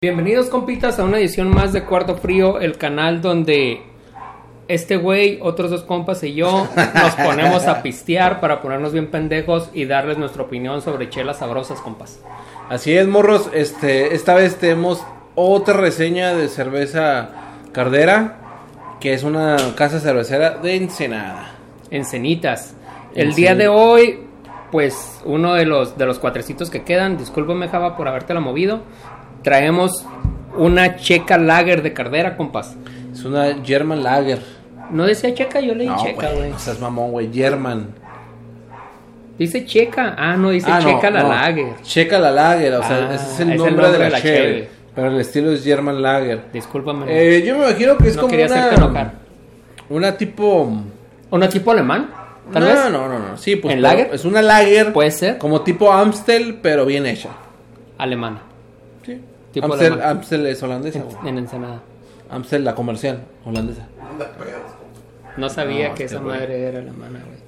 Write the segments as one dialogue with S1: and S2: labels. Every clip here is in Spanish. S1: Bienvenidos compitas a una edición más de Cuarto Frío, el canal donde este güey, otros dos compas y yo nos ponemos a pistear para ponernos bien pendejos y darles nuestra opinión sobre chelas sabrosas, compas.
S2: Así es, morros. Este, esta vez tenemos otra reseña de cerveza Cardera, que es una casa cervecera de Ensenada.
S1: Encenitas. El día de hoy, pues uno de los, de los cuatrecitos que quedan, discúlpame Java por habértela movido, traemos una checa lager de Cardera, compas.
S2: Es una German Lager.
S1: No decía checa, yo leí checa,
S2: güey,
S1: güey.
S2: No seas mamón, güey. German.
S1: Dice checa. Ah, no, dice
S2: Ah, no,
S1: checa la
S2: no.
S1: lager.
S2: Checa la Lager, o sea,
S1: Ah,
S2: ese es el nombre, de la, cheve,
S1: cheve.
S2: Pero el estilo es German Lager.
S1: Discúlpame.
S2: Eh, yo me imagino que es
S1: no
S2: como
S1: quería hacerte enojar.
S2: una, una tipo...
S1: ¿Una tipo alemán? Tal
S2: no,
S1: vez.
S2: no, no, no. Sí, pues
S1: ¿En
S2: pero
S1: lager?
S2: es una lager
S1: Puede ser
S2: como tipo Amstel, pero bien hecha.
S1: alemana.
S2: Sí.
S1: Tipo
S2: Amstel,
S1: alemán.
S2: Amstel es holandesa. güey.
S1: En Ensenada.
S2: Amstel, la comercial holandesa.
S1: No sabía
S2: No,
S1: que
S2: este
S1: esa
S2: güey.
S1: madre era alemana, güey.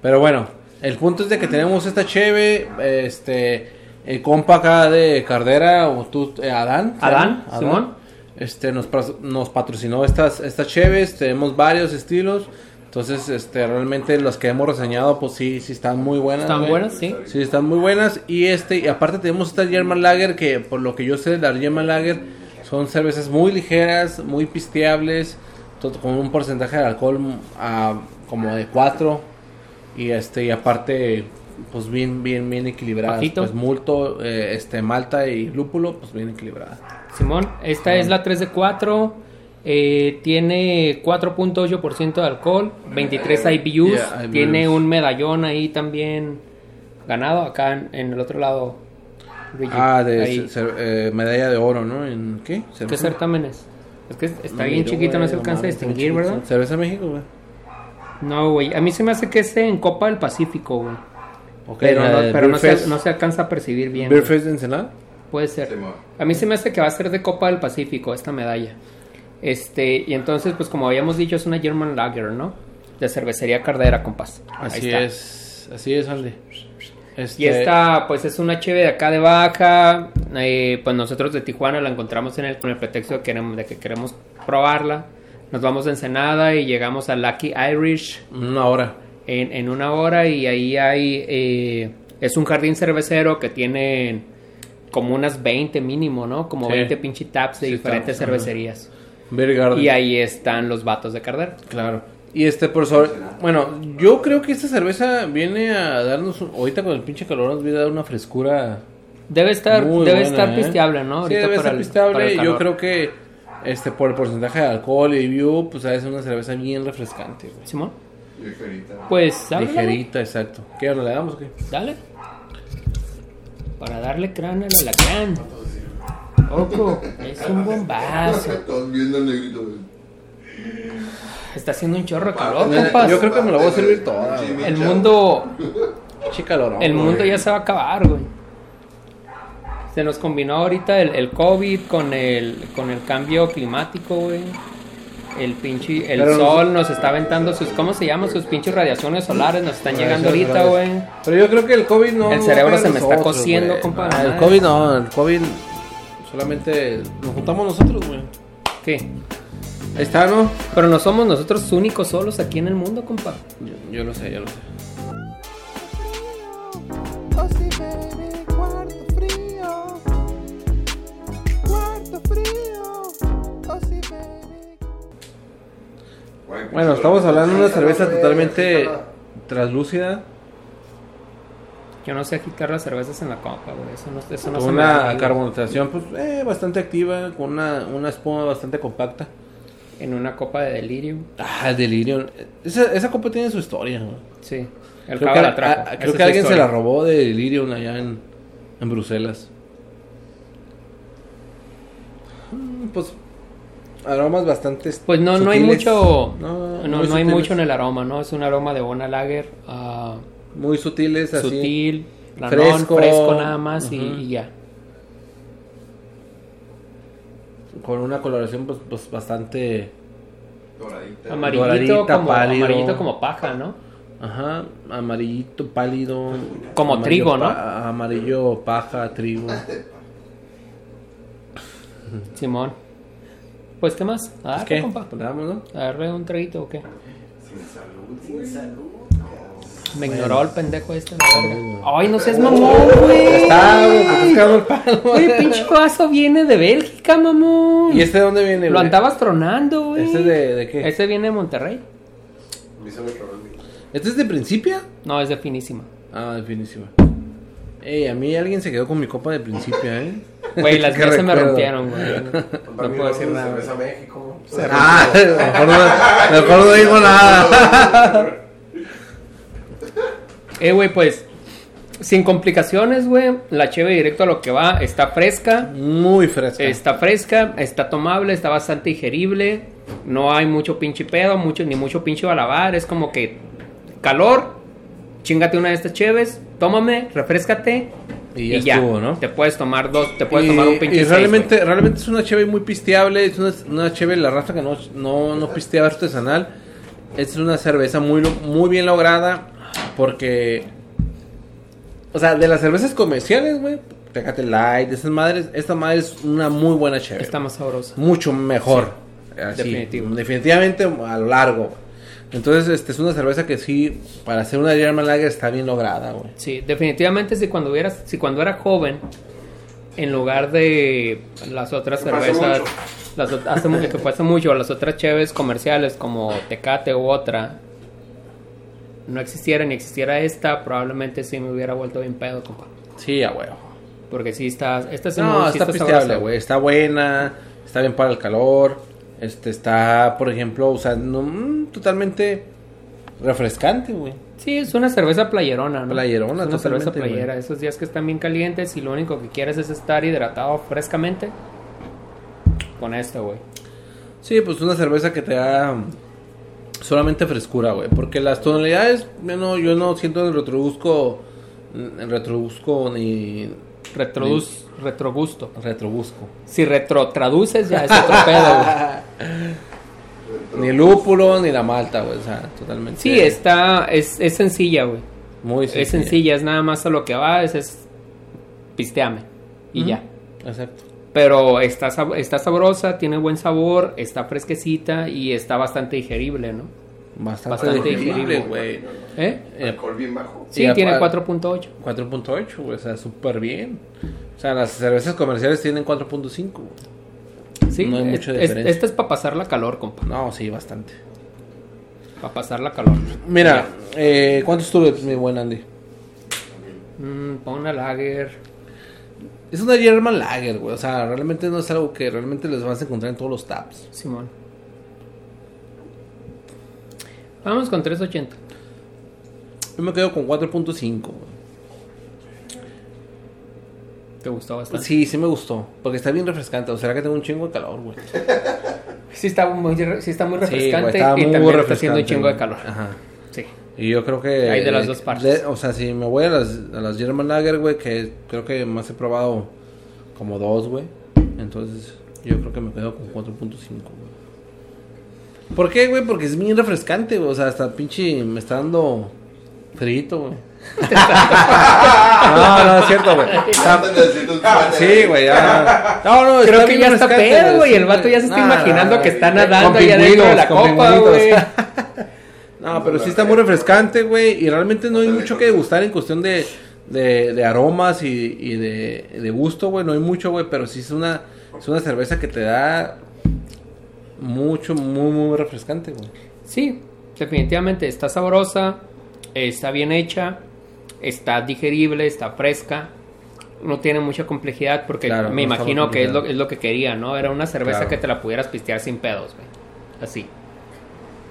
S2: Pero bueno, el punto es de que tenemos esta cheve, este, el compa acá de Cardera, o tú, eh, Adán. ¿se
S1: Adán,
S2: llama?
S1: Simón.
S2: Este, nos, pas- nos patrocinó estas, estas cheves, tenemos varios estilos. Entonces, este, realmente las que hemos reseñado, pues sí, sí están muy buenas.
S1: ¿Están
S2: güey.
S1: buenas? Sí.
S2: Sí, están muy buenas. Y este, y aparte tenemos esta German Lager, que por lo que yo sé, la German Lager son cervezas muy ligeras, muy pisteables, to- con un porcentaje de alcohol mm, ah, como de 4. Y este, y aparte, pues bien, bien, bien equilibradas.
S1: Bajito.
S2: Pues multo, eh, este, malta y lúpulo, pues bien equilibrada.
S1: Simón, esta es la 3 de 4. eh, tiene 4.8% de alcohol, 23 IBUs.
S2: Yeah, IBUs.
S1: tiene un medallón ahí también ganado. Acá en, en el otro lado. Luigi,
S2: Ah, de
S1: ahí.
S2: ce- cer- eh, medalla de oro, ¿no? ¿En qué?
S1: ¿Qué
S2: Cerveza-
S1: certamen es? Es que está
S2: Mira,
S1: bien chiquito, no
S2: güey,
S1: se alcanza a
S2: mames, está bien
S1: distinguir,
S2: chiquito.
S1: ¿verdad?
S2: Cerveza México, güey.
S1: No, güey. A mí se me hace que es en Copa del Pacífico, güey.
S2: Ok,
S1: pero
S2: la
S1: no,
S2: de
S1: pero no se,
S2: Beerfest.
S1: no se alcanza a percibir bien. güey.
S2: Beerfest de Ensenada.
S1: Puede ser. A mí se me hace que va a ser de Copa del Pacífico esta medalla. Este, y entonces, pues como habíamos dicho, es una German Lager, ¿no? De cervecería Cardera, compás. Ahí
S2: Así
S1: está.
S2: es, así es, Andy. Este,
S1: Y esta, pues es una cheve de acá de Baja. eh, pues nosotros de Tijuana la encontramos en el, con el pretexto de, queremos, de que queremos probarla. Nos vamos a Ensenada y llegamos a Lucky Irish.
S2: Una hora.
S1: en, en una hora y ahí hay eh, es un jardín cervecero que tiene como unas 20 mínimo, ¿no? Como
S2: Sí.
S1: 20 pinche taps de
S2: Sí,
S1: diferentes
S2: taps, ajá.
S1: cervecerías.
S2: Beer Garden.
S1: Y ahí están los vatos de Cardera.
S2: Claro. Y este, por sobre... Bueno, yo creo que esta cerveza viene a darnos... un- Ahorita con el pinche calor nos viene a dar una frescura...
S1: Debe estar
S2: muy
S1: debe
S2: buena,
S1: estar
S2: ¿eh?
S1: pisteable, ¿no?
S2: Sí,
S1: Ahorita
S2: debe
S1: para
S2: estar
S1: el- para
S2: pisteable.
S1: el
S2: Yo
S1: calor.
S2: creo que este por el porcentaje de alcohol y view, pues es una cerveza bien refrescante, güey.
S1: Simón. Pues ábrela, güey.
S2: Ligerita, exacto. ¿Qué ahora le damos o qué?
S1: Dale. Para darle cráneo al alacrán. Oco, es un bombazo.
S3: Estás viendo el negrito, güey.
S1: Está haciendo un chorro de calor,
S2: Mira,
S1: compas.
S2: Yo creo que me la voy a servir toda. güey.
S1: El mundo
S2: Pinche calorón,
S1: El mundo
S2: güey.
S1: ya se va a acabar, güey. Se nos combinó ahorita el, el COVID con el, con el cambio climático, güey. El pinche, el
S2: Pero-
S1: sol nos está aventando sus, ¿cómo se llama? Sus pinches radiaciones solares nos están llegando ahorita, güey.
S2: Pero yo creo que el COVID no.
S1: El
S2: no
S1: cerebro
S2: pega a
S1: se me está
S2: nosotros,
S1: cociendo,
S2: güey.
S1: compa.
S2: Ah, el COVID no, el COVID solamente nos juntamos nosotros, güey.
S1: ¿Qué?
S2: Ahí está, ¿no?
S1: Pero no somos nosotros únicos solos aquí en el mundo, compa.
S2: Yo, yo lo sé, yo lo sé.
S4: Oh, sí, baby, cuarto frío. Cuarto frío. Oh, sí, baby.
S2: Bueno, estamos hablando de una cerveza totalmente translúcida.
S1: Yo no sé agitar las cervezas en la copa, güey. Eso no, eso no
S2: Con
S1: se me da,
S2: una
S1: güey.
S2: carbonatación pues, eh, bastante activa, con una, una espuma bastante compacta.
S1: En una copa de delirio.
S2: Ah, delirio. Esa, esa copa tiene su historia, güey.
S1: Sí. El
S2: Creo
S1: cabo
S2: que,
S1: la trajo.
S2: a-
S1: Esa
S2: creo
S1: es
S2: que alguien se
S1: historia.
S2: la robó de Delirium allá en, en Bruselas. Mm, Pues aromas bastante.
S1: Pues no, no hay
S2: sutiles.
S1: mucho, no,
S2: No, muy
S1: no hay
S2: sutiles.
S1: mucho en el aroma, ¿no? Es un aroma de Bona Lager, ah,
S2: Muy sutiles, así.
S1: sutil, planón,
S2: Fresco.
S1: fresco, nada más y-
S2: Ujú.
S1: y, ya.
S2: Con una coloración, pues, pues, bastante.
S3: Doradita.
S1: Amarillito
S2: Doradita,
S1: como
S2: pálido.
S1: amarillito como paja, ¿no?
S2: Ajá, amarillito, pálido.
S1: Como
S2: amarillo
S1: trigo, ¿no?
S2: pa- amarillo, paja, trigo.
S1: Simón. Pues, ¿qué más? Ah,
S2: ¿Qué?
S1: compa.
S2: Pues nada más, ¿no?
S1: Agarré un traguito o qué. Me ignoró
S2: Pues.
S1: el pendejo este. la verga. Ay, no seas mamón, güey.
S2: Está, güey, pues, te estás cagando el palo.
S1: Güey, pinche vaso viene de Bélgica, mamón.
S2: ¿Y este de dónde viene,
S1: Lo
S2: güey?
S1: andabas tronando, güey.
S2: ¿Este de, de qué?
S1: Este viene de Monterrey.
S2: ¿Este es de principio?
S1: No, es de finísima.
S2: Ah, definísima. Ey, a mí alguien se quedó con mi copa de principio, ¿eh?
S1: Güey, las
S2: Qué
S1: mías se me
S2: recuerdo.
S1: rompieron, güey. No puedo decir nada.
S5: Cerveza México.
S2: Ah, mejor no, mejor no digo nada.
S1: Eh, güey, pues. Sin complicaciones, güey. La cheve directo a lo que va. Está fresca.
S2: Muy fresca.
S1: Está fresca. Está tomable. Está bastante digerible. No hay mucho pinche pedo. Mucho, ni mucho pinche balabar. Es como que. Calor. Chingate una de estas cheves. Tómame. Refrescate.
S2: Y ya estuvo, ¿no?
S1: Te puedes tomar dos. Te puedes
S2: y,
S1: tomar un pinche.
S2: y
S1: seis,
S2: realmente,
S1: güey.
S2: realmente es una cheve muy pisteable, es una, una cheve la raza que no, no, no pisteaba artesanal. Es una cerveza muy, lo- muy bien lograda porque... O sea, de las cervezas comerciales, güey, Tecate Light, de esas madres, esta madre es una muy buena cheve.
S1: Está más sabrosa.
S2: mucho mejor. Así,
S1: definitivo.
S2: Definitivamente a lo largo. Entonces, este es una cerveza que sí, para hacer una German Lager está bien lograda, güey.
S1: Sí, definitivamente si cuando hubieras, si cuando era joven, en lugar de las otras
S5: Que pasa
S1: cervezas,
S5: mucho.
S1: las ot- hace mu- que pasa mucho, las otras cheves comerciales como Tecate u otra, no existiera ni existiera esta, probablemente sí me hubiera vuelto bien pedo, compa.
S2: Sí, a huevo.
S1: Porque sí está, esta sí
S2: No,
S1: me- sí
S2: está
S1: sabrosa,
S2: pisteable, güey. Está buena, está bien para el calor. Este está, por ejemplo, usando mm, totalmente refrescante, güey.
S1: Sí, es una cerveza playerona, ¿no?
S2: Playerona,
S1: Es una cerveza
S2: totalmente, güey.
S1: playera. Esos días que están bien calientes y lo único que quieres es estar hidratado frescamente con esto, güey.
S2: Sí, pues una cerveza que te da solamente frescura, güey. Porque las tonalidades, yo no, yo no siento el retrobusco, el retrobusco ni
S1: Retroduz, retrogusto.
S2: retrobusco.
S1: Si retrotraduces ya es otro pedo, güey.
S2: Ni el lúpulo, ni la malta, güey. O sea, totalmente.
S1: Sí, está, es, es sencilla, güey.
S2: Muy
S1: es sencilla, es nada más a lo que va, es, es pisteame y
S2: Ujú.
S1: ya.
S2: Exacto.
S1: Pero está, sab- está sabrosa, tiene buen sabor, está fresquecita y está bastante digerible, ¿no?
S2: Bastante,
S1: Bastante
S2: digerible,
S1: digerible,
S2: güey.
S1: ¿Eh?
S2: Eh,
S3: Alcohol bien bajo.
S1: Sí,
S2: Y
S1: tiene
S2: apa-
S1: 4.8.
S2: 4.8, güey, o sea, súper bien. O sea, las cervezas comerciales tienen 4.5. güey.
S1: Sí,
S2: No hay
S1: es-
S2: mucha
S1: es-
S2: diferencia.
S1: esta es para pasar la calor, compa.
S2: No, sí, bastante.
S1: Para pasar la calor.
S2: Mira, eh, ¿cuántos tuve, mi buen Andy?
S1: Mm, pon una lager.
S2: Es una German Lager, güey. O sea, realmente no es algo que realmente les vas a encontrar en todos los taps.
S1: Simón. Vamos con 380.
S2: Yo me quedo con 4.5, güey.
S1: Te gustó bastante.
S2: Sí, sí me gustó. Porque está bien refrescante. O sea, que tengo un chingo de calor, güey.
S1: Sí está muy, sí está muy
S2: Sí, güey,
S1: refrescante
S2: está
S1: y
S2: muy
S1: también está
S2: refrescante,
S1: haciendo un chingo de
S2: güey.
S1: calor.
S2: Ajá.
S1: Sí.
S2: Y yo creo que...
S1: Hay de las
S2: eh,
S1: dos partes.
S2: de- o sea, si me voy a las, a las German Lager, güey, que creo que más he probado como dos, güey. Entonces, yo creo que me quedo con 4.5, güey. ¿Por qué, güey? Porque es bien refrescante, güey. O sea, hasta pinche me está dando frito, güey. no, no, es cierto, güey. Está- Ah, Sí, güey, ya. No,
S1: Creo
S2: no, Pues está
S1: que
S2: bien
S1: ya está
S2: refrescante,
S1: pedo, güey.
S2: sí,
S1: El vato ya se está
S2: No,
S1: imaginando
S2: no,
S1: que está
S2: con
S1: nadando allá dentro de la
S2: pingüinos, con
S1: copa,
S2: pingüinitos.
S1: güey.
S2: No, pero sí está muy refrescante, güey. Y realmente no hay mucho que degustar en cuestión de, de, de aromas y, y de, de gusto, güey. No hay mucho, güey. Pero sí es una, es una cerveza que te da mucho, muy, muy refrescante, güey.
S1: Sí, definitivamente está sabrosa, está bien hecha, está digerible, está fresca. No tiene mucha complejidad porque
S2: Claro,
S1: me
S2: no está muy
S1: imagino que es lo,
S2: complicado.
S1: es lo que quería, ¿no? Era una cerveza
S2: Claro.
S1: que te la pudieras pistear sin pedos, güey. Así.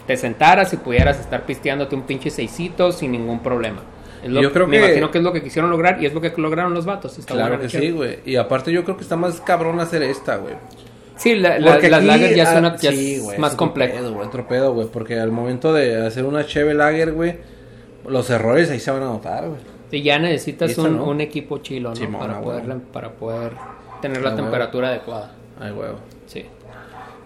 S1: Te sentaras y pudieras estar pisteándote un pinche seisito sin ningún problema. Es lo-
S2: Yo creo
S1: me
S2: que-
S1: imagino que es lo que quisieron lograr y es lo que lograron los vatos. Está
S2: Claro
S1: buena
S2: que
S1: la
S2: sí,
S1: chela.
S2: güey. Y aparte yo creo que está más cabrón hacer esta, güey.
S1: Sí, la- la-
S2: Porque
S1: las
S2: aquí,
S1: lager ya
S2: ah,
S1: son ya
S2: sí,
S1: es
S2: güey,
S1: más
S2: otro
S1: complejas.
S2: pedo, güey, Otro pedo, güey. Porque al momento de hacer una cheve lager, güey, los errores ahí se van a notar, güey.
S1: Y ya necesitas
S2: Eso
S1: un,
S2: no.
S1: un equipo chilo, ¿no?
S2: Simón,
S1: para,
S2: a
S1: poder,
S2: huevo.
S1: para poder tener
S2: A
S1: la
S2: huevo.
S1: temperatura adecuada.
S2: Ay, huevo.
S1: Sí.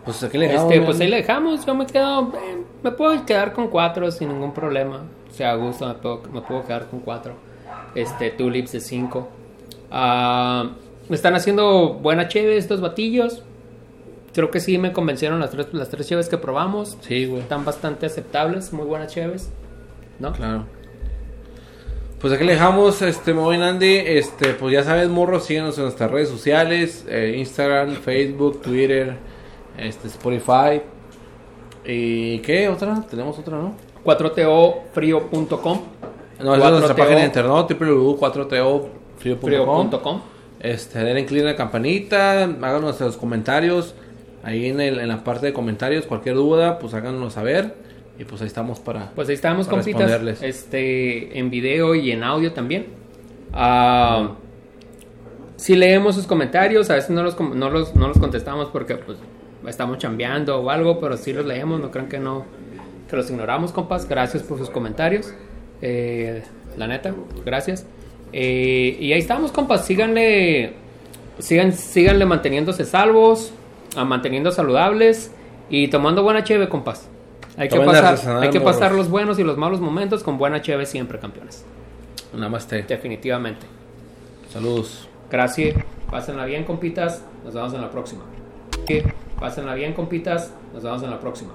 S2: Pues aquí le dejamos,
S1: Este,
S2: ¿no?
S1: pues ahí le dejamos. Yo me quedo. eh, Me puedo quedar con cuatro sin ningún problema. O sea, a gusto me puedo, me puedo quedar con cuatro. Este, tulips de cinco. Ah, Me están haciendo buena cheve estos batillos. Creo que sí me convencieron las tres, las tres cheves que probamos.
S2: Sí, güey.
S1: Están bastante aceptables, muy buenas cheves. ¿No?
S2: Claro. Pues aquí le dejamos, este, muy bien, Andy. Este, pues ya sabes, morro, síguenos en nuestras redes sociales: eh, Instagram, Facebook, Twitter, este, Spotify. ¿Y qué? ¿Otra? Tenemos otra, ¿no?
S1: 4tofrío.com.
S2: No, esa es nuestra
S1: 4TO.
S2: página de internet, www.4tofrio.com.
S1: Frío.com.
S2: Este, denle clic en la campanita, háganos nuestros comentarios. Ahí en, el- en la parte de comentarios, cualquier duda, pues háganos saber. Y pues ahí estamos para.
S1: Pues ahí estábamos,
S2: Para
S1: compitas.
S2: responderles.
S1: Este, en video y en audio también. Ah, si leemos sus comentarios, a veces no los, com- no los, no los contestamos porque pues, estamos chambeando o algo, pero sí los leemos, no crean que no, que los ignoramos, compas. Gracias por sus comentarios. Eh, la neta, gracias. Eh, y ahí estamos, compas. Síganle, sigan, síganle manteniéndose salvos, a manteniendo saludables y tomando buena cheve, compas. Hay que,
S2: Tomen
S1: pasar,
S2: artesanal,
S1: hay que
S2: morros.
S1: pasar los buenos y los malos momentos con buena cheve siempre, campeones.
S2: Namaste.
S1: Definitivamente.
S2: Saludos.
S1: Gracias. Pásenla bien, compitas. Nos vemos en la próxima. Pásenla bien, compitas. Nos vemos en la próxima.